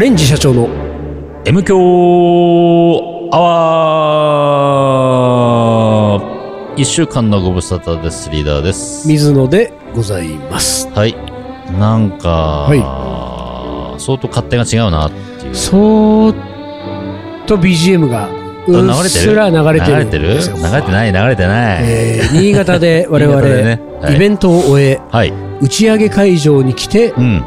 レンジ社長の M 強アワー一週間のご無沙汰です。リーダーです。水野でございます。はい。なんか、相当勝手が違うなっていう。そーっと BGM が流れてるうっすら流れてる。流れてる流れてい。ない流れてない。えー新潟で我新々、潟でねはいイベントを終え、はい。打ち上げ会場に来てう、ん。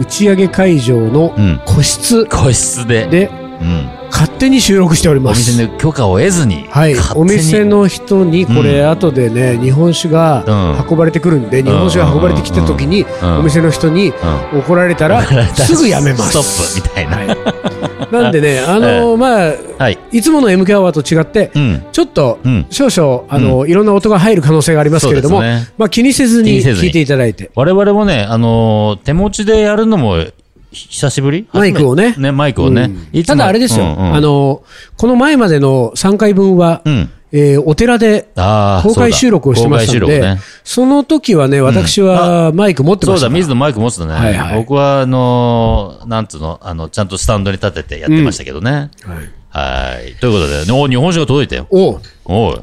打ち上げ会場のうん。個室個室で。でうん。勝手に収録しておりおま店す。の許可を得ずに。はい、勝手にお店。の人にこれう後でね、日本酒がうん運ばれてくるんで、日本酒が運ばれてきた時に、うんお店の人にうん。怒られたら怒られたらすぐやめますストップみたいなはい なん でねあのまあはい。いつもの MK アワーと違ってうん。ちょっとうん。少々あのいろんな音が入る可能性がありますけれどもそうですねまあ気にせず気ににせずに聞いていただいて我々もね、あのー手持ちでやるのも久しぶりマイクをね初めマイクをね。うんいつもただあれですようんうんあ、のこの前までの3回分はうん。えーお寺でああ、公開収録をしてましたのそうだ公開収で録ね。その時はね私はマイク持ってそまうしただ、から水野マイク持つのね。はいはい僕は、あのーなんつうの、あの、ちゃんとスタンドに立ててやってましたけどね。はいはい。ということでね、お日本酒が届いたよ。おうおい。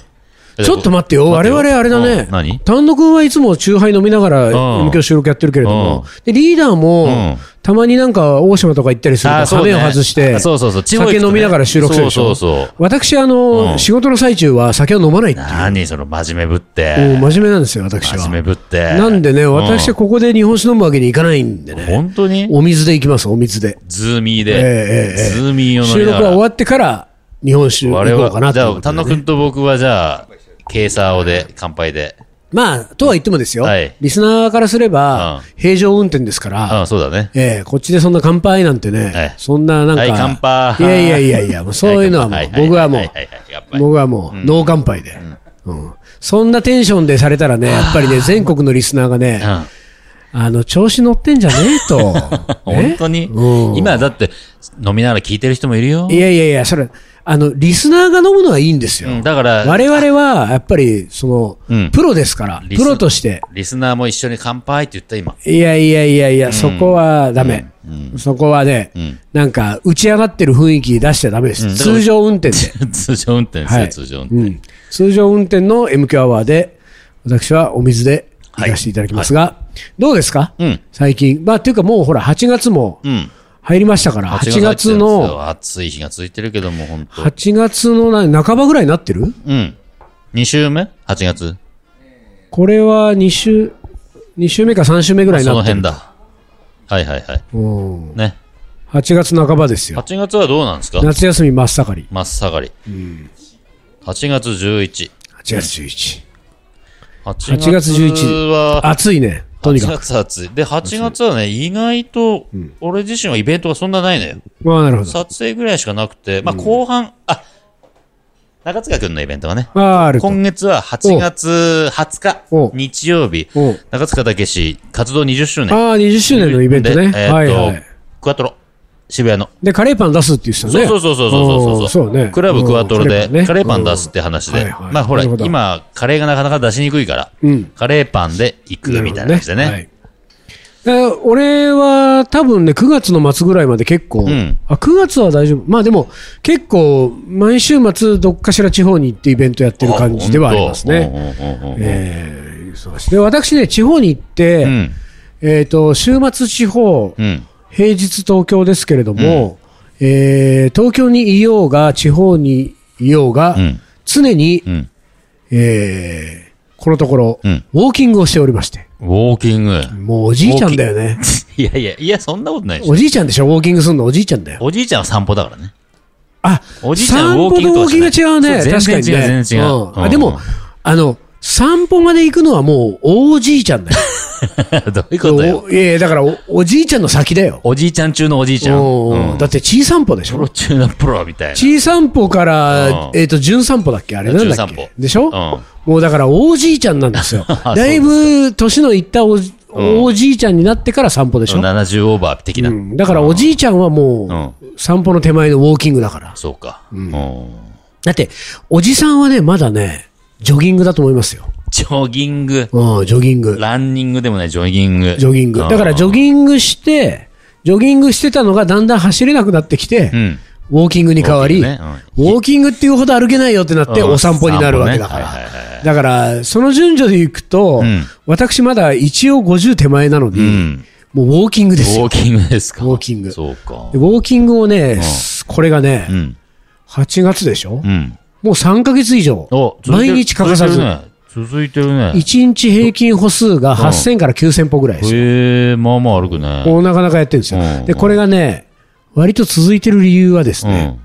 ちょっと待ってよ、我々あれだねうん。何丹野くんはいつもチューハイ飲みながら、ん今日収録やってるけれどもう、で、リーダーも、うんたまになんか大島とか行ったりするあかーら、そうね羽目を外して、あそうそうそう地方行くと酒ね飲みながら収録するでしょ。そうそうそう私、あの、うん仕事の最中は酒を飲まないっていう。何その真面目ぶって。もう真面目なんですよ、私は真。面目ぶって。なんでね、うん私はここで日本酒飲むわけにいかないんでね。本当にお水で行きます、お水で。ズーミーええで。ええええズーミーを飲収みながら録は終わってから、日本酒我行々こうかなは、じとゃ思あ、って丹野くんと僕はじゃあ、ケーサーをで乾杯で。まあ、とは言ってもですよはい。リスナーからすればう、平常運転ですから、ああ、そうだね。ええこっちでそんな乾杯なんてね、はいそんななんか、はい乾杯いやいやいやい や、もうそういうのはもう、はい乾杯僕はもう、はいはいはいはい乾杯僕はもう、ノー乾杯で、うんそんなテンションでされたらね、やっぱりね、全国のリスナーがね、うん。。あの、調子乗ってんじゃねえと 本当にうん今だって、飲みながら聞いてる人もいるよえい。やいやいや、それ、あの、リスナーが飲むのはいいんですよ。うんだから我々は、やっぱり、その、うんプロですから、リプスロとして。リスナーも一緒に乾杯って言った今。 いやいやいやいや、そこはダメ。そこはね、んなんか、打ち上がってる雰囲気出しちゃダメです。うん通常運転で。通常運転ですはよ、い通常運う転。ん、通常運転の MQ アワーで、私はお水で行かせていただきますが、どうですか、うん最近。まあ、っていうかもうほら、8月もうん。入りましたから、8月の、。暑い日が続いてるけども、本当。 8月のな半ばぐらいになってるうん。2週目 ?8 月。これは2週、2週目か3週目ぐらいにそなのってる辺。だ。はいはいはい。うんね。 8月半ばですよ。 8月はどうなんですか夏休み真っ盛り。真っ盛り。8月11。 8月11。 8 8月11は、暑いね、とにか8く。月暑い。で、8月はね、意外と、俺自身はイベントがそんなないのよ。まあ、なるほど。撮影ぐらいしかなくて、まあ後半、あ、中塚くんのイベントがね、まあ、あると。今月は8月20お日、日曜日、おう中塚武史活動20周あ年。あ、20周年のイベントね。でえーっとはいはい。クワトロ、渋谷の。で、カレーパン出すって言ってたそうね。そうそうそうそううそんうそうね。クラブクワトロでうんねカレーパン出すって話で、うんはいはいまあほならるほど今カレーがなかなか出しにくいから、うんカレーパンで行くみたいな感じでねなるほどねはいえー俺は多分ね、9月の末ぐらいまで結構、んあ9月は大丈夫、まあでも、結構、毎週末、どっかしら地方に行ってイベントやってる感じではありますね。ねえーそうですで私ね、地方に行って、うんえっ、と、週末地方、うん平日東京ですけれども、えー東京にいようが、地方にいようが、うん常に、うんえーこのところ、うんウォーキングをしておりまして。ウォーキングもうおじ いちゃんだよね。いやいやいやそんなことないでしょおじいちゃんでしょウォーキングするのおじいちゃんだよ。おじいちゃんは散歩だからね あ、おじいちゃん散歩とウォーキングは違うね。そ確うか全に然違うね。全然違うんうあんでも、あの、散歩まで行くのはもうおじいちゃんだよ。どういうことよおいやいや、だからおおじいちゃんの先だよ。おじいちゃん中のおじいちゃうんんうんだって、小散歩でしプロょ中のプロみたいな小散歩からう、んえっと、純散歩だっけあれなんだっ純散歩けでしょうんもうだから、おじいちゃんなんです よ。だいぶ、年のいったおじうんおじいちゃんになってから散歩でしょ70オーバー的な、うんだからおじいちゃんはもう、散歩の手前のウォーキングだから。そうか、うんだって、おじさんはね、まだね、ジョギングだと思いますよ。ジョギングうん、ジョギング。ランニングでもないジョギングジョギング。だからジョギングして、ジョギングしてたのがだんだん走れなくなってきて、うん。ウォーキングに変わり、ウウォーキォングねうんーキングっていうほど歩けないよってなって、うんお散歩になるわけだか散歩ねはいはいら。だから、その順序で行くとうん、私まだ一応50手前なのうに、ん。もうウォーキングウですォよー。キングですか。ウォーキングそうかで。ウォーキングをね、これがねう、ん。 8月でしょうん。もう3ヶ月以上お、続い毎てる日欠かさず、続いてるね。続いて1日平均歩数が8000から9000歩ぐらいでするよ。ね。へえ、まあまあ歩くね。もうなかなかやってるんですようん。で、これがね、割と続いてる理由はですうね、ん。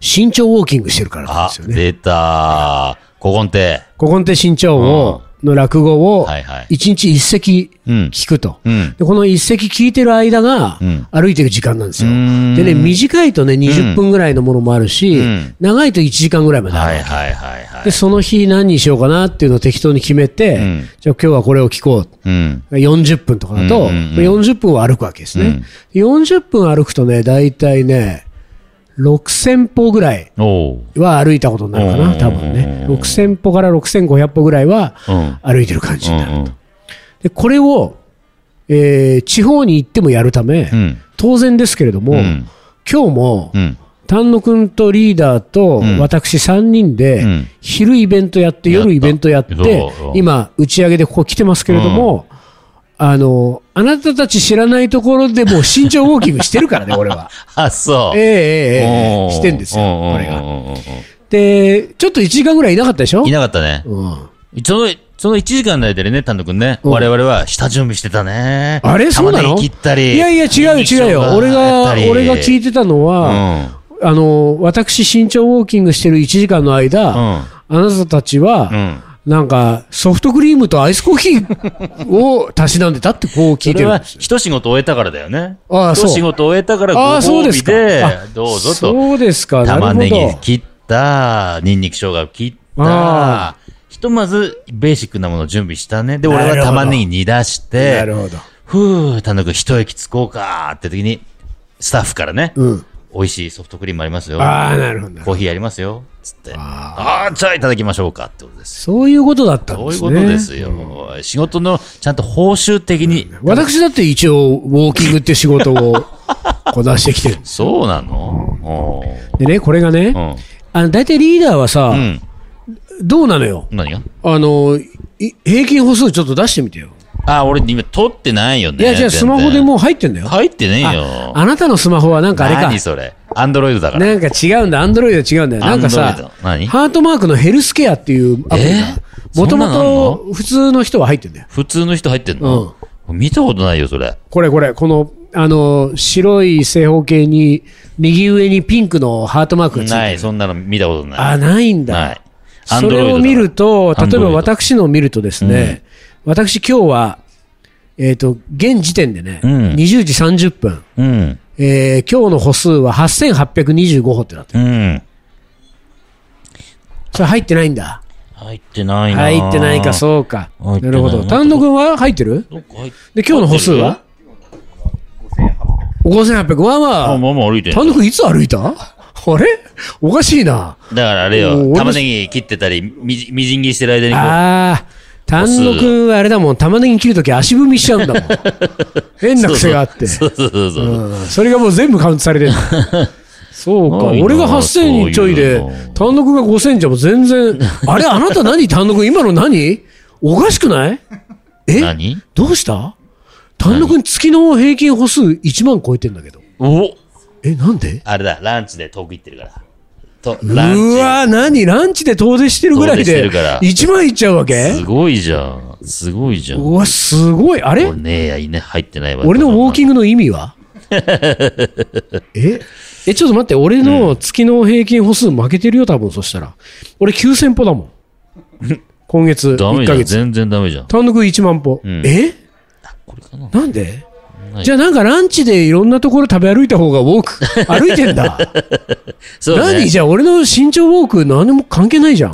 身長ウォーキングしてるからなんあで、すよね。出た。古今亭。古今亭身長を、の落語をはいはい、一日一席うん。聞くと。うん。で、この一席聞いてる間がうん、歩いてる時間なんですよ。うーんでね、短いとね、20分ぐらいのものもあるしうん、長いと1時間ぐらいまであはるい。はいはいはいで、。その日何にしようかなっていうのを適当に決めてん、じゃあ今日はこれを聞こう。うん。 40分とかだと、うんうんうん40分を歩くわけですね。40分歩くとね、だいたいね、6000歩ぐらいおう。は歩いたことになるかうんうんな、うん多分ね。6000歩から6500歩ぐらいはうん。歩いてる感じにうんなる。で、これを、えー地方に行ってもやるため、うん。当然ですけれども、うん今日もう、ん。丹野くんとリーダーとん私3人でうん、昼イベントやって、やった夜イベントやってそう、今、打ち上げでここ来てますけれども、あの、あなたたち知らないところでもう身長ウォーキングしてる からね、俺は。あ、そう。えええええおえうしてんですよ、おうおうこれおが。うおうおうで、ちょっと1時間ぐらいいなかったでしょいなかったね。うんその、その1時間の間でね、丹野くんね、うん我々は下準備してたね。あれそうな玉のねぎ切ったり。いやいや、違うよ違うよ。俺が、俺が聞いててたのは、あの、私、身長ウォーキングしてる1時間の間、うん。うん。あなたたちは、うん。なんか、ソフトクリームとアイスコーヒーを たしなんでたってこう聞いそてれるはんですよ。一仕事終えたからだよね。ああそう一仕事終えたからごああ、そう褒です美か。であ、どうぞと。そうですか、なる玉ねほぎど。切った、ニンニク生姜切ったあ、ひとまずベーシックなものを準備したね。で、俺なるはほど玉ねぎ煮出してな、るほど。ふぅ、単独一息つこうかって時に、スタッフからね、うん。美味しいソフトクリームありますよ。ああ、なるほどなるほコーど。ヒーありますよ。つって。ああー、じゃあいただきましょうかってことです。そういうことだったんそうでいうすこね。とですよ。仕事の、ちゃんと報酬的に。私だって一応、ウォーキングっていう仕事をこなしてきてるんです。そうなのおでね、これがね、ーあの、大体リーダーはさ、うん。うん。どうなのよ。何があの、い平均歩数ちょっと出してみてよ。あー、俺今撮ってないよいね。や、じゃあ全然スマホでもう入ってんだよ。入ってねえあよ。あなたのスマホはなんかあれか。何それアンドロイドだから。なんか違うんだ、アンドロイド違うんだよ。なんか Android さ、何ハートマークのヘルスケアっていうアプリえが、ーもともそんなのあんと普通の人は入ってんだよ。普通の人入ってんの、見たことないよ、それ。これこれ、この、あの、白い正方形に、右上にピンクのハートマークがついてなる。い、そんなの見たことない。あ、ないんなだい。。アンそドロイドれをだ見ると、例えば Android 私のを見るとですね、私今日は、えっと、現時点でね、うん20時30分、うん。えー今日の歩数は8825歩ってなってる。うん。それ入ってないんだ。入ってないな。入ってないか、そうか。入なってないるほど。丹野くんは入ってるう。どっか入ってで、今日の歩数は ?5800。まああ、ままあまあ歩いてあ、る。丹野くんいつ歩いたあれおかしいな。だからあれもうよ、俺玉ねぎ切ってたり、みじみじん切りしてる間にこうああ、丹野くんはあれだもん、玉ねぎ切るとき足踏みしちゃうん だもん。変な癖があって。そうそうそうそう。うんそれがもう全部カウントされて る。そうか。ないな俺が8000人ちょいでそういうの、単独が5000じゃもう全然、 あれあなた何単独今の何おかしくないえ何どうした単独月の平均歩数1万超えてんだけど。おえ、なんであれだ、ランチで遠く行ってるから。と、うランチ。わー何ランチで遠出してるぐらい遠出してでるから1万いっちゃうわすけごいじゃん。すごいじゃん。うわ、すごい。あれ俺ねえや、いね、入ってないわ。俺のウォーンキングの意味 はええ、ちょっと待って、俺の月の平均歩数負けてるよ、多分そしたら。俺9000歩だもん。 今月、ダメ1じヶゃん。月。全然ダメじゃん。単独1万歩。んえこれかな。なんでないじゃあなんかランチでいろんなところ食べ歩いた方がウォーク、 歩いてんだ。そうね何。じゃあ俺の身長ウォーク何も関係ないじゃん。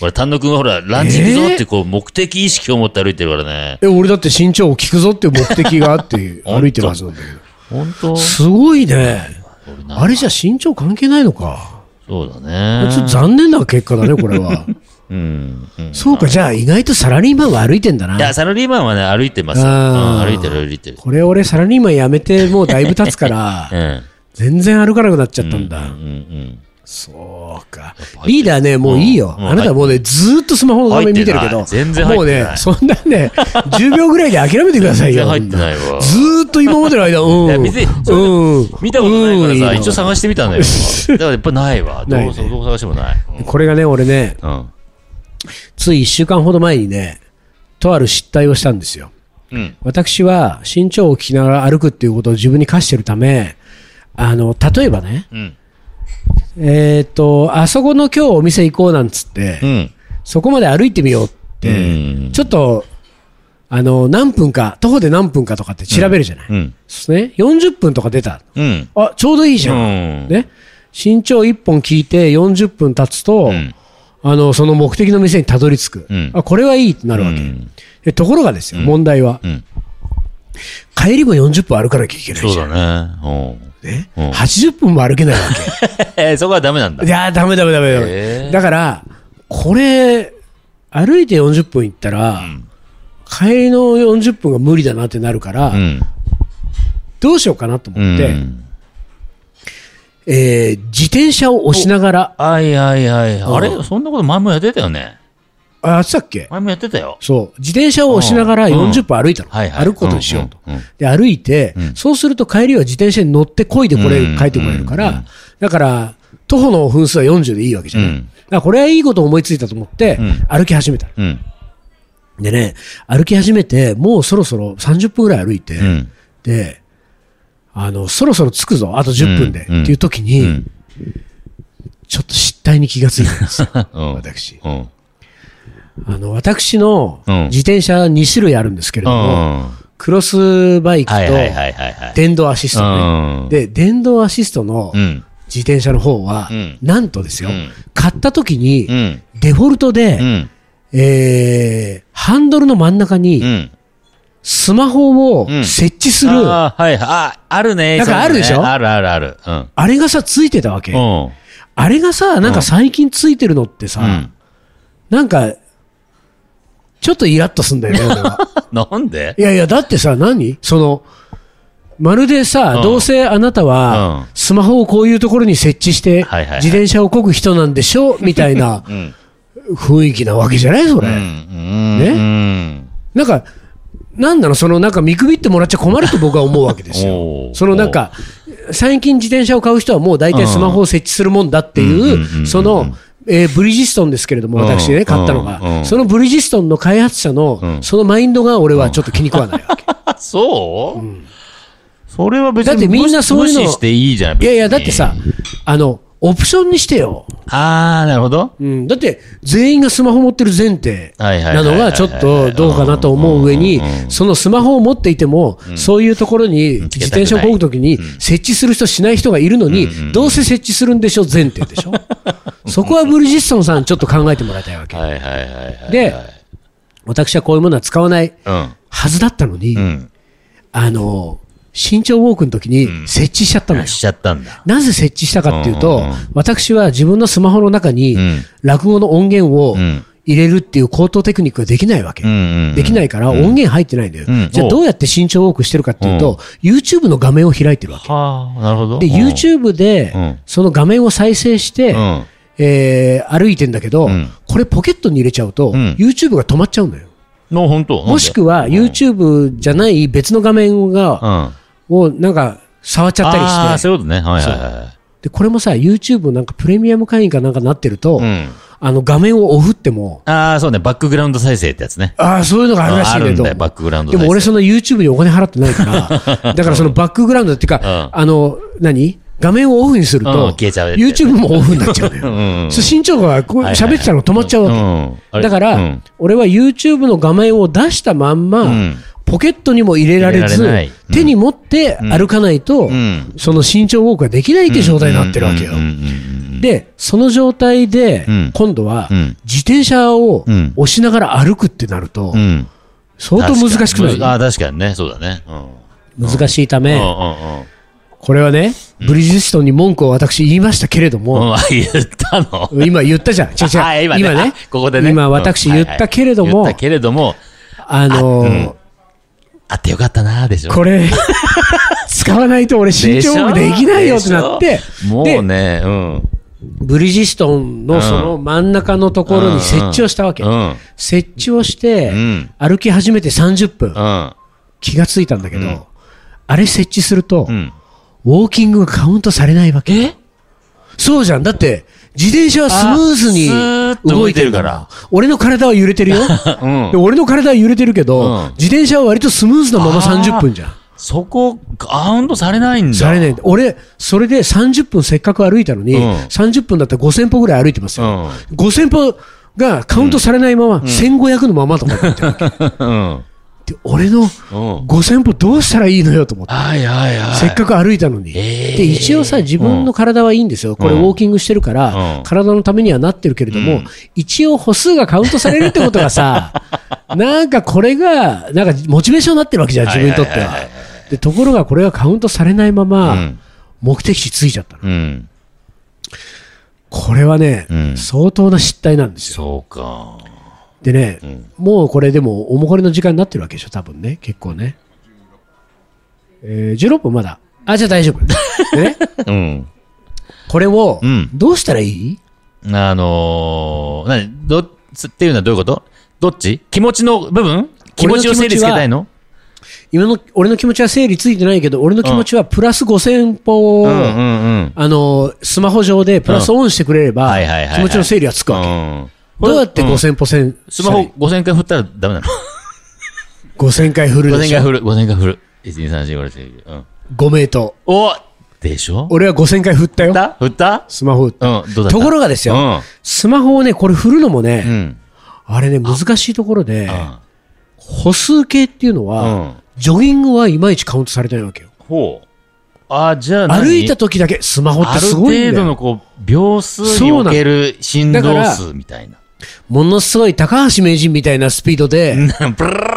俺、丹野くんはほら、ランチ行くぞってこう、目的意識を持って歩いてるからね。え、俺だって身長を聞くぞっていう目的があって本当歩いてるはずなんだけど。本当すごいね。あれじゃ身長関係ないのか。そうだね。 ちょっと残念な結果だね、これは。うん。うん。そうか、じゃあ意外とサラリーマンは歩いてんだないや、サラリーマンはね、歩いてますよ。うんあー歩いてる、歩いてる。これ俺サラリーマン辞めてもうだいぶ経つか うら、ん。全然歩かなくなっちゃったんだ。うんうん。そうか。リーダーね、もういいよ。うんあなたもうね、ずーっとスマホの画面見てるけ入どってない全然、入もっうてないね、そんなね、10秒ぐらいで諦めてください全よ。然入ってないわ。ずーっと今までの間、うん。いや別にそうん。見たことないからうさ、ん一応探してみたんだ よ。だからやっぱないわ。ど、ないうねそうどう探してもない。これがね、俺ね、うん。うんつい1週間ほど前にね、とある失態をしたんですよ。うん。私は身長を聞きながら歩くっていうことを自分に課してるため、あの、例えばね、うん。えっ、と、あそこの今日お店行こうなんつって、うん。そこまで歩いてみようっうて、んちょっと、あの、何分か、徒歩で何分かとかって調べるじゃない。うん。そうですね。40分とか出た。うん。あ、ちょうどいいじゃん。うん。ね。身長1本聞いて40分経つと、んあの、その目的の店にたどり着く。うんあ、これはいいってなるわけ。うんでところがですよ、問題は、うん帰りも40分歩かなきゃいけないそうじゃん。だね。うんね、うん80分も歩けないわけ。えー そこはダメなんだい。やー、ダメダメダメダメ。えーだから、これ、歩いて40分行ったら、帰りの40分が無理だなってなるから、うん。どうしようかなと思うんって、えー自転車を押しながら、はいはいはい。あれそんなこと前もやってたよね。あ、やってたっけ前もやってたよ。そう。自転車を押しながらうん40分歩いたの。はいはい歩くことにしようと。うんうんうんで、歩いて、そうすると帰りは自転車に乗ってこいでこれうん書いてもらえるから、うんだから、徒歩の分数は40でいいわけじゃない。うんだからこれはいいことを思いついたと思って、ん歩き始めたの。うん。でね、歩き始めて、もうそろそろ30分ぐらい歩いて、うん。で、あの、そろそろ着くぞ、あと10分で、うんうんっていう時に、うんちょっと失態に気がついたんですよ うん私。うん。あの、私のうん自転車2種類あるんですけれうどん。も、はクロスバイいクとはいはいはいはい。電動アシストねう。んで、電動アシストのうん。自転車の方はうん、なんとですようん、買った時うに、ん。デフォルトうで、ん。えーハンドルの真ん中うにん。スマホをうん設置する、あーはいはい。あ、あるね。なんかあるでしょそうねあるあるある。うん。あれがさ、ついてたわけ。うん。あれがさ、なんか最近ついてるのってうさ、ん。なんか、ちょっとイラッとすんだよね、俺は なんでいやいや、だってさ、何その、まるでさ、うんどうせあなたうはん、スマホをこういうところに設置してはいはいはい、自転車をこぐ人なんでし ょみたいなん雰囲気なわけじゃないそうれ。ん。ねねなんか、なんなのその、なんか見くびってもらっちゃ困ると僕は思うわけですよお。ーそのなんか、最近自転車を買う人はもう大体スマホを設置するもんだってうんうんうんういんう、その、えーブリヂストンですけれども、うん私ね、買ったのうんうが、んそのブリヂストンの開発者の、そのマインドが俺はちょっと気に食わないわけ。 あ、そうそれは別にだってみんなそういうの無視していいじゃん。いやいや、だってさ、あの、オプションにしてよ。あー、なるほど。うん、だって、全員がスマホ持ってる前提はいはいはいなのがちょっとどうかなと思う上にうんうんうんう、んそのスマホを持っていても、そういうところに自転車をこぐときに、設置する人、しない人がいるのに、どうせ設置するんでしょ、前提でし ょ。そこはブリヂストンさん、ちょっと考えてもらいたいわけ。はいはいはいはい。で、私はこういうものは使わないうん。はずだったのうに、ん。あの、身長ウォークの時に設置しちゃったのよ。しちゃったんだ。なぜ設置したかっていうと、うんうんうん私は自分のスマホの中にん落語の音源をん入れるっていう高等テクニックができないわけ。うんうんうんできないから音源入ってないんだよ。うんじゃあどうやって身長ウォークしてるかっていうと、YouTube の画面を開いてるわけ。はあ、なるほど。で、うん YouTube でうんその画面を再生して、うん。えー歩いてんだけど、んこれポケットに入れちゃうと、うん YouTube が止まっちゃうのよ。の、本当もしは、くは YouTube じゃない別の画面うが、ん。をなんか触っちゃったりして。ああ、そういうことね。はいはいはで、これもさ、YouTube なんかプレミアム会員かなんかなってると、い。うん。あの画面をオフっても、ああ、そうね。バックグラウンド再生ってやつね。ああ、そういうのがあるらしいうんけんど、だよ、バックグラウンドで再生。も俺その YouTube にお金払ってない から、だからそのバックグラウンドっていうか、うあの、何画面をオフにするうんと、消えちゃうやつ YouTube もオフになっちゃうのよ。 うん。そう身長がこうはいはいはい喋ってたの止まっちゃうわけ。うんあれだから、うん俺は YouTube の画面を出したまんま、んポケットにも入れられず入れられないうん手に持って歩かないと、んその身長ウォークができないって状態になってるわけよ。うんうんで、その状態でうん、今度はうん、自転車をうん押しながら歩くってなるとうんう、ん。相当難しくなあある。ー、確かにね。そうだね。うん。難しいたうんうめ、んうん。これはね、ブリヂストンに文句を私言いましたけれども、うん、あ言ったの今言ったじゃん。違う違うあ今ねあここでね今私うん言ったけれども、はいはい言ったけれども、あのーあってよかったな、でしょ。これ、使わないと俺身長できないよってなってでし、ょもうね、うん。ブリヂストンのその真ん中のところに設置をしたわけ。うん設置をして、ん歩き始めて30分、うん。気がついたんだけど、あれ設置すると、んウォーキングがカウントされないわけ。えそうじゃん。だって、自転車はスムーズにあスーッと動動いいててるるかからら。俺の体は揺れて るよ。うんで俺の体は揺れてるけど、うん自転車は割とスムーズなまま30分じゃん。そこ、カウントされないんだ。されないんだ俺、それで30分せっかく歩いたのに、うん30分だったら5000歩ぐらい歩いてますうよ。ん。 5000歩がカウントされないまま、1500のままとかってるうん。で俺のうん5000歩どうしたらいいのよと思って。はいはいはい。せっかく歩いたのに。えーで、一応さ、自分の体はいいんですよ。これウォーキングしてるから、うん体のためにはなってるけれども、一応歩数がカウントされるってことが さ、なんかこれが、なんかモチベーションになってるわけじゃん、自分にとっては。で、ところがこれがカウントされないまま、うん目的地ついちゃったの。うん。これはね、うん相当な失態なんですよ。そうか。でね、もうこれでもおもこれの時間になってるわけでしょ、多分ね、結構ね。えー、16分まだ。あ、じゃあ大丈 夫。ねうん。これをうん、どうしたらいい、あのー、なに、ど、つっていうのはどういうことどっち気持ちの部分気持ちを整理つけたいの今の、俺の気持ちは整理ついてないけど、俺の気持ちはプラス5000歩を、うんうんうん。あの、スマホ上でプラスオンしてくれれば、はいはいはいはい気持ちの整理はつくわけ。うん。どうやって5000歩せん、スマホ5000回振ったらダ メなの5000回振るで ?5000 し回ょ振る、5000回振る。1、2、3、4、5、6、7、うん。 5メートル。おでしょ俺は5000回振ったよ振っ。た振ったスマホ振った。うん、どうだったところがですよ、うんスマホをね、これ振るのもね、うん。あれね、難しいところで、うん歩数計っていうのは、うんジョギングはいまいちカウントされてないわけよ。ほう。あ、じゃあ何歩いた時だけスマホってあるすごいんだよ程度のこう、秒数における振だか動ら数みたいな。ものすごい高橋名人みたいなスピードで、うんブルルルル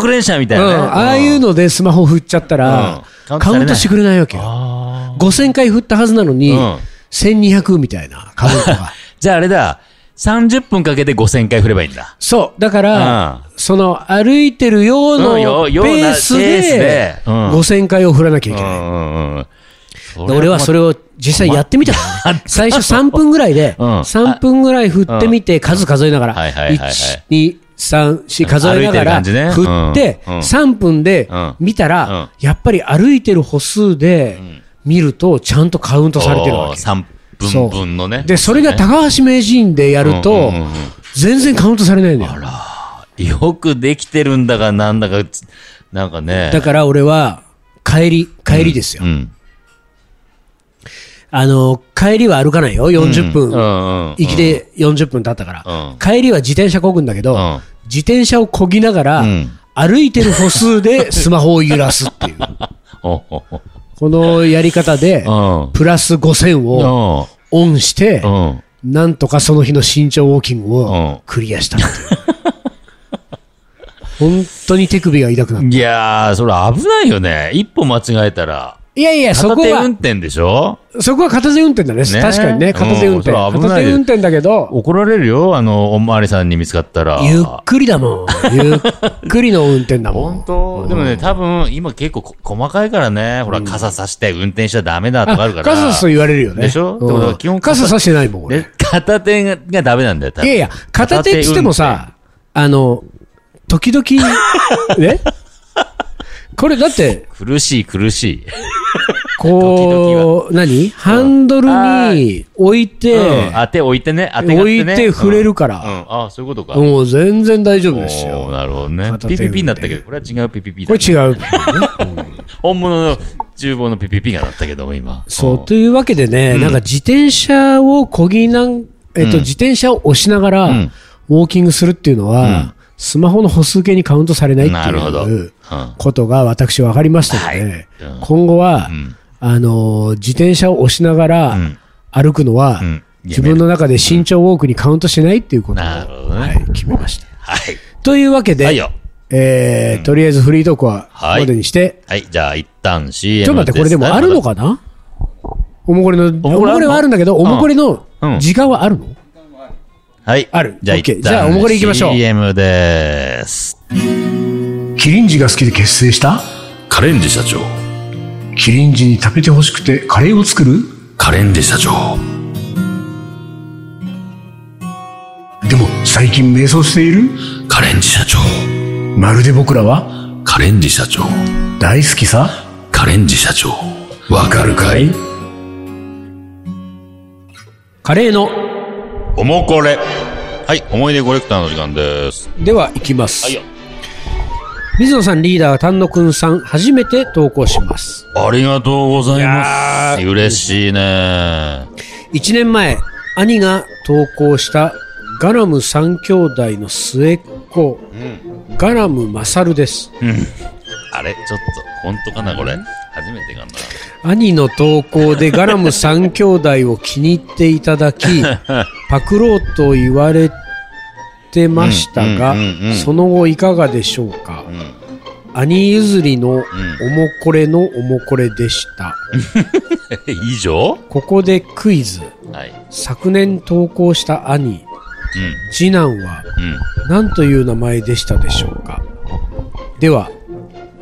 16連射みたいなね。ああいうのでスマホ振っちゃったら、うんカウントしてくれないわけよ。あ5000回振ったはずなのに、うん1200みたいなカウント が。ーじゃああれだ、30分かけて5000回振ればいいんだ。そう。だから、その歩いてるようなうんペよようなースペースででうん5000回を振らなきゃいけうない。んうんうん。で俺はそれを実際やってみたのね。最初3分ぐらいで、うん3分ぐらい振ってみて、数数えながら、はいはいはいはい1、2、3、4数えながら、歩いてる感じ振ねって、うんうん3分でうん見たら、やっぱり歩いてる歩数で見ると、ちゃんとカウントされてるわけ。 3そう分分のね。で、それが高橋名人でやるとうんうんうんうん、全然カウントされないのよ。よくできてるんだが、なんだか、つなんかね。だから俺は、帰り、帰りですよう。ん。あの、帰りは歩かないよ。40うんう分。んうん。行きで40分経ったかうらん。帰りは自転車こぐんだけど、うん自転車をこぎながら、うん歩いてる歩数で スマホを揺らすっていう。おうおうおうこのやり方で、うんプラス5000をオンして、うん。うん。なんとかその日の身長ウォーキングうんをクリアしたっていう。 本当に手首が痛くなった。いやー、それ危ないよね。一歩間違えたら。いやいや、そ片こ手運は、転でしょそこは片手運転だね。ね確かにね、片手運転。うんそれ危片な手いよ運転だけど、怒られるよ、あの、おまわりさんに見つかったら。ゆっくりだもん。ゆっくりの運転だもん。本当でもね、多分、今結構こ細かいからね、ほら、傘さして運転しちゃダメだとかあるから。カサそう言われるよね。でしょってことは基本カサさしてないもん、で俺。片手ががダメなんだよ、多い分やいや、片手っつってもさ、あの、時 々、ねこれだって、片手運転。苦しい、苦しい。こう、何ハンドルに置いてうん。、当て置いてね、当てがっ置ていね。て触れるかうん。うら、んあそういうことか。もう全然大丈夫ですおーよ。なるほどね。片手運ピ転ピピになったけど、これは違うピピピだこれ違う。本物の厨房のピピピがなったけども、今。そう、というわけでね、なんか自転車をこぎなん、えっと、自転車を押しながら、んウォーキングするっていうのは、スマホの歩数計にカウントされないってなるほどういうんことが私分かりましたので、はいうん今後は、んあのー、自転車を押しながらん歩くのは、んやめる自分の中で身長ウォークにカウントしないっていうことを、なるほどねはい、決めました。はい。というわけで、はいよ。ええー、とりあえずフリートークはここはいまでにして、はい、じゃあ一旦 CM ちょっと待って、これでもあるのかなおもこりの、おももこりあるのこりはあるんだけど、おもこりのうん時間はあるの、はい。あるじゃあ OK 一旦じゃあおもこれ行きましょう CM です。キリンジが好きで結成したカレンジ社長キリンジに食べてほしくてカレーを作るカレンジ社長でも最近迷走しているカレンジ社長まるで僕らはカレンジ社長大好きさ。カレンジ社長わかるかいカレーの。おもこれ。はい、思い出コレクターの時間です。では、いきます。はいよ水野さんリーダー、丹野くんさん、初めて投稿します。ありがとうございまいす。嬉しいね。 1年前、兄が投稿したガラム3兄弟の末っ子、ガラムマサルです。あれ、ちょっと、本当かな、これ。初めてかな。兄の投稿でガラム3兄弟を気に入っていただ き、パクろうと言われてましたがうんうんうんうん、その後いかがでしょうか、ん兄譲りのおもこれのおもこれでした。 以上ここでクイズ。はい。昨年投稿した兄、次男はうん。うん。何という名前でしたでしょうかでは、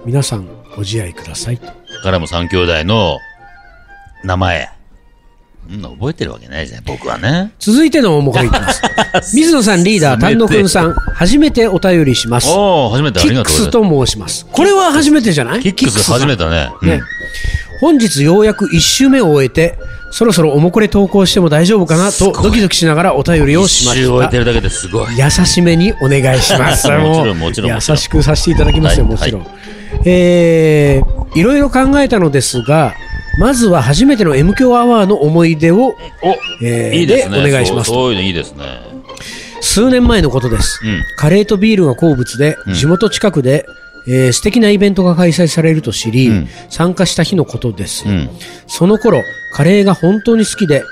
皆さんご自愛ください。からも三兄弟の名前。そんな覚えてるわけないじゃん、僕はね。続いてのおもこれいきます。 水野さんリーダー、冷てえ丹野くんさん、初めてお便りします。おお初めてあキりッがとクうございスまと申します。す。これは初めてじゃないキックスさん初めてだね。ね。本日ようやく1周目を終えて、そろそろおもこれ投稿しても大丈夫かなとドキドキしながらお便りうん。を一しま周終えしてた。るだけですごい。優しめにお願いしま す。もちろんうもちろんもちろん優しくさせていただきますよ、はいもちろん。えー、いろいろ考えたのですが、まずは初めての M 強アワーの思い出をおえーいいですね。でお願いしますそうそういうのいいですね。数年前のことです、うんカレーとビールが好物で、地元近くで、えー素敵なイベントが開催されると知り、うん参加した日のことです、うん。その頃カレーが本当に好きで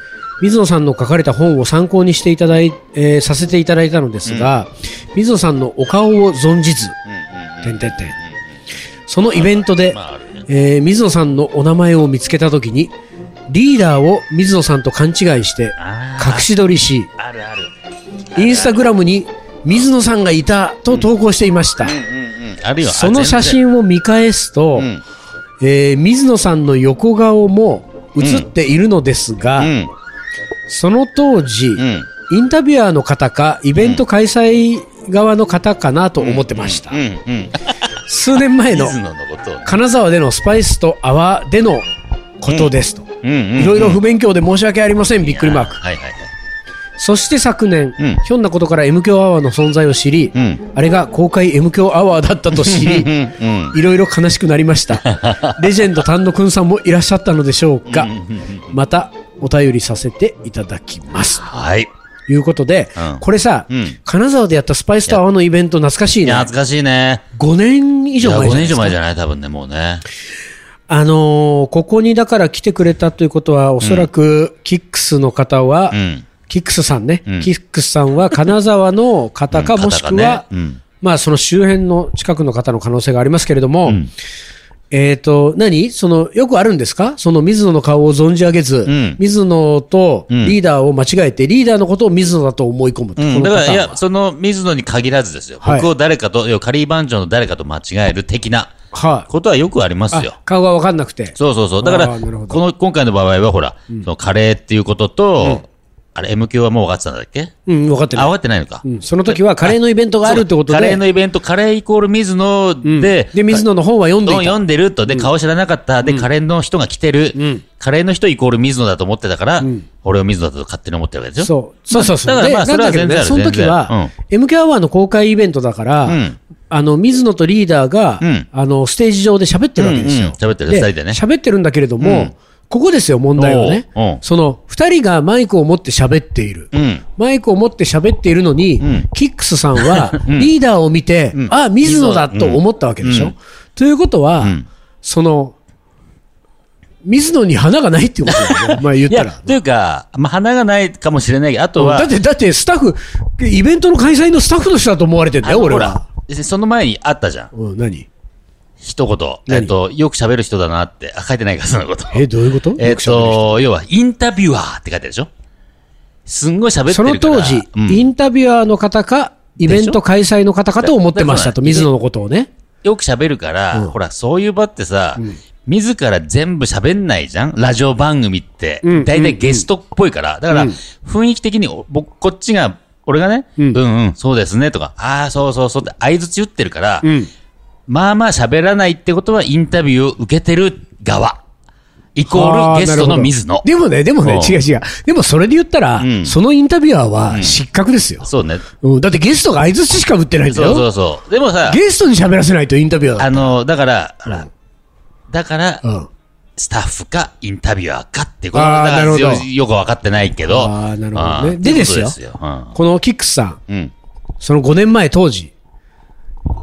水野さんの書かれた本を参考にしていただい、えーさせていただいたのですが、水野さんのお顔を存じず、てんてんてんそのイベントで、まあ、あるね。えー水野さんのお名前を見つけた時にリーダーを水野さんと勘違いしてあ隠し撮りしあるある。インスタグラムに水野さんがいたと投稿していました。うんうん。あるよ。その写真を見返すと、全然。えー水野さんの横顔も写っているのですが、うん。その当時、うん。うん。インタビュアーの方か、イベント開催側の方かなと思ってました。うん。うん。数年前の水野のことをね。金沢でのスパイスと泡でのことですと。うんうんうん。いろいろ不勉強で申し訳ありません、びっくりマーク。はいはいはい。そして昨年、うんひょんなことから M 強アワーの存在を知り、うんあれが公開 M 強アワーだったと知り、うんうん。いろいろ悲しくなりま した。レジェンド丹野くんさんもいらっしゃったのでしょうか。またお便りさせていただきます。はい。ということで、うんこれさ、うん金沢でやったスパイスタワーのイベント懐かしいいねや、。懐かしいね。 5年以い上や、前5じゃな年い以で上すか前じゃない多分ね、もうね。あのーここにだから来てくれたということは、おそらく、キックスの方は、うん。キックスさんね、うんキックスさんは金沢の方か、うんもしく方はかね、うんまあその周辺の近くの方の可能性がありますけれども、んえっ、と、何その、よくあるんですかその水野の顔を存じ上げず、うん水野とうんリーダーを間違えて、リーダーのことを水野だと思い込む。うん、こだのかパタら、ーいンや、はその水野に限らずですよ。はい僕を誰かと、要はカリー番長の誰かと間違える的なはい、ことはよくありますよあ。顔がわかんなくて。そうそうそう。だから、あーなるほどこの、今回の場合はほら、そのカレーっていうことと、あれ、M 級はもう分かってたんだっけうん、分かってあ、ない。分かってないのか。うん、その時はカレーのイベントがあるってことで、カレーのイベント、カレーイコール水野で、で、水野の本は読んでいた。読んでると、で、顔知らなかった、で、カレーの人が来てる、カレーの人イコール水野だと思ってたから、俺を水野だと勝手に思ってるわけでしょそう。そうそうそう。だからまあでそれはなんだけどね全然あるその時は、MK アワーの公開イベントだから、うんあの、水野とリーダーが、うんあの、ステージ上で喋ってるわけですよ。うんうん喋ってる二人でね喋ってるんだけれども、うんここですよ、問題はねおうおう。その、二人がマイクを持って喋っている。うん。マイクを持って喋っているのに、んキックスさん は、リーダーを見て、あ、水野だと思ったわけでしょ。ということは、その、水野に花がないっていうことだよね。まあ言っいたや、ら。というか、まあ、花がないかもしれないけど、あとは、だって、だってスタッフ、イベントの開催のスタッフの人だと思われてんだよ、あの俺ほはら。、でその前にあったじゃん。うん、何一言。え何っと、よく喋る人だなって。あ、書いてないから、そのこと。え、どういうことえっと、要は、インタビュアーって書いてあるでしょすんごい喋ってるそからの当時、うんインタビュアーの方か、イベント開催の方かと思ってましたと、だから水野のことをね。よく喋るから、ほら、そういう場ってさ、自ら全部喋んないじゃんラジオ番組って。うん大体ゲストっぽいから。だから、雰囲気的にお、僕、こっちが、俺がね、うん、うんそうですね、とか、ああ、そうそうそうって、相槌打ってるから、んまあまあ喋らないってことは、インタビューを受けてる側。イコールゲストの水野あー。なるほどでもね、でもね、うん違う違う。でもそれで言ったら、んそのインタビュアーは失格ですよ。そうね。うん、だってゲストが相づちしか打ってないんだそうそよ。うそう。でもさ、ゲストに喋らせないとインタビュアーだあの、だから、ほら、だから、うん。スタッフかインタビュアーかってことあーだからなるほどよよく分かってないけど。ああ、なるほどうね。んでですよってことこのキックスさん、うん。うん。その5年前当時、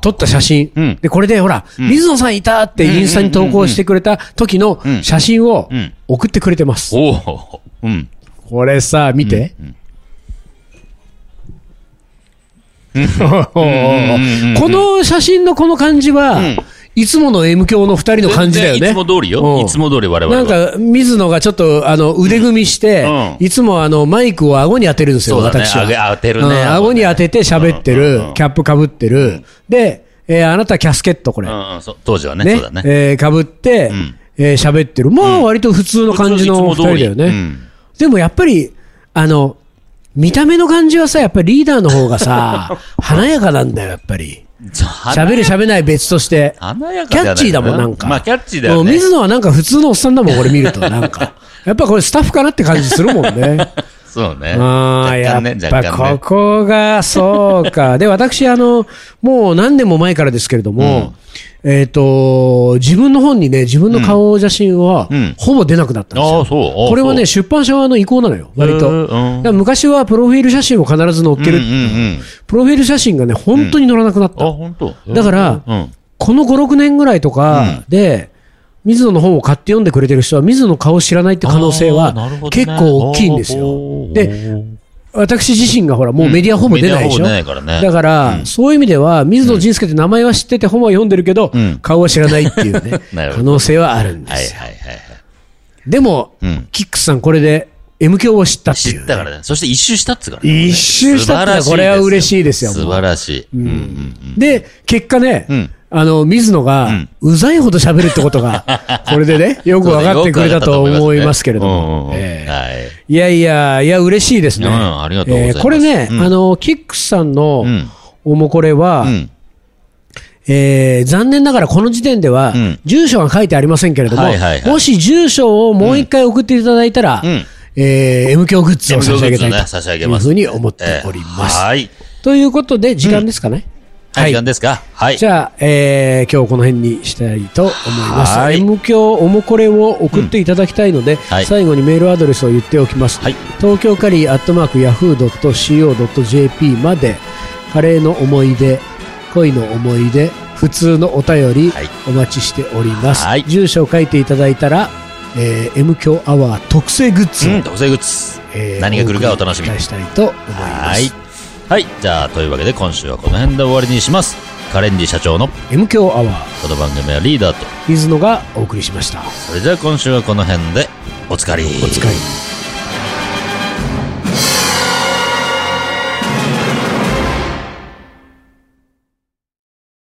撮った写真、うんで、これでほら、水野さんいたってインスタに投稿してくれた時のん写真をうん送ってくれてます。おお。うん。これさ、見て。おーこの写真のこの感じは、んいつもの M 教の二人の 感じだよ全然ね。いつも通りうよ。んいつも通り我々なは。んか、水野がちょっと、あの、腕組みして、うんいつもあの、マイクを顎に当てるんですよ、そうだね私は。あげ当てるねうん顎に当てて喋ってる、うんうんうんキャップかぶってる。で、えーあなたキャスケット、これ。うんうん、そう当時はね、そうだね。えーかぶって、んえー喋ってる。まあ、割と普通の感じの二普通いつも人通りだよね。うんでもやっぱり、あの、見た目の感じはさ、やっぱりリーダーの方が さ、華やかなんだよ、やっぱり。喋喋る喋ない別として。華やかキじゃャなッいチーだもん、なんか。まあキャッチーだよもねう水野はなんか普通のおっさんだもん、これ見ると。なんか。 やっぱこれスタッフかなって感じするもんね。そうね。ああ、若や干っね、若干ぱこね。こが、そうか。で、私、あの、もう何年も前からですけれども、えっと、自分の本にね、自分の顔写真はうんうん、ほぼ出なくなったんですあよあ、。そう。ああこれはね、そ出版社側の意向なのよ、割へえうと。だかんら昔はプロフィール写真を必ず載っうけうんる。うんプロフィール写真がね、本当に載らなくなっうん。あ、た。本当。だからうん。この5、6年ぐらいとかで、水野の本を買って読んでくれてる人は、水野の顔を知らないって可能性はあーなるほどね結構大きいんですよお。ーで、私自身がほら、もうメディアほぼ出ないでしょ。メディアほぼ出ないからねだから、そういう意味では、水野仁介って名前は知ってて、本は読んでるけど、ん顔は知らないっていうね、 なるほ可ど能性はあるんではいすよ。はいはいはい。でも、うんキックスさん、これで M 教を知ったって知いっう。たからね。そして一周したっつうからね。一周したってのはこれは嬉しいですよ。素晴らしい。うん。で、結果ね、んあの、水野が、うざいほど喋るってこと が、これでね、よく分かってくれたと思いますけれども。うんうんうんええはい。いやいや、いや、嬉しいですね。うんありがとうございますええこれね、うんあの、キックスさんの、うんおもこれは、うん。えー残念ながらこの時点では、うん住所が書いてありませんけれども、はいはいはいもし住所をもう一回送っていただいたら、うんえー M 教グッズを差し上げたいとね、差し上げます。いうふうに思っております。ええはい。ということで、時間ですかね。はい。時間ですかはい。じゃあ、えー今日この辺にしたいと思います。はい M 教おもこれを送っていただきたいので、はい最後にメールアドレスを言っておきます。はい東京カリーアットマークヤフー .co.jp まで、カレーの思い出、恋の思い出、普通のお便り、はいお待ちしております。はい住所を書いていただいたら、えー M 教アワー特製グッズを、うん、特製グッズ。えー何が来るかお楽しみ送りいたしたいと思いまはいす。。はい。じゃあ、というわけで今週はこの辺で終わりにします。カレンディ社長の M 教アワー、この番組はリーダーと。水野がお送りしました。それじゃあ今週はこの辺でおつかり。おお疲れ。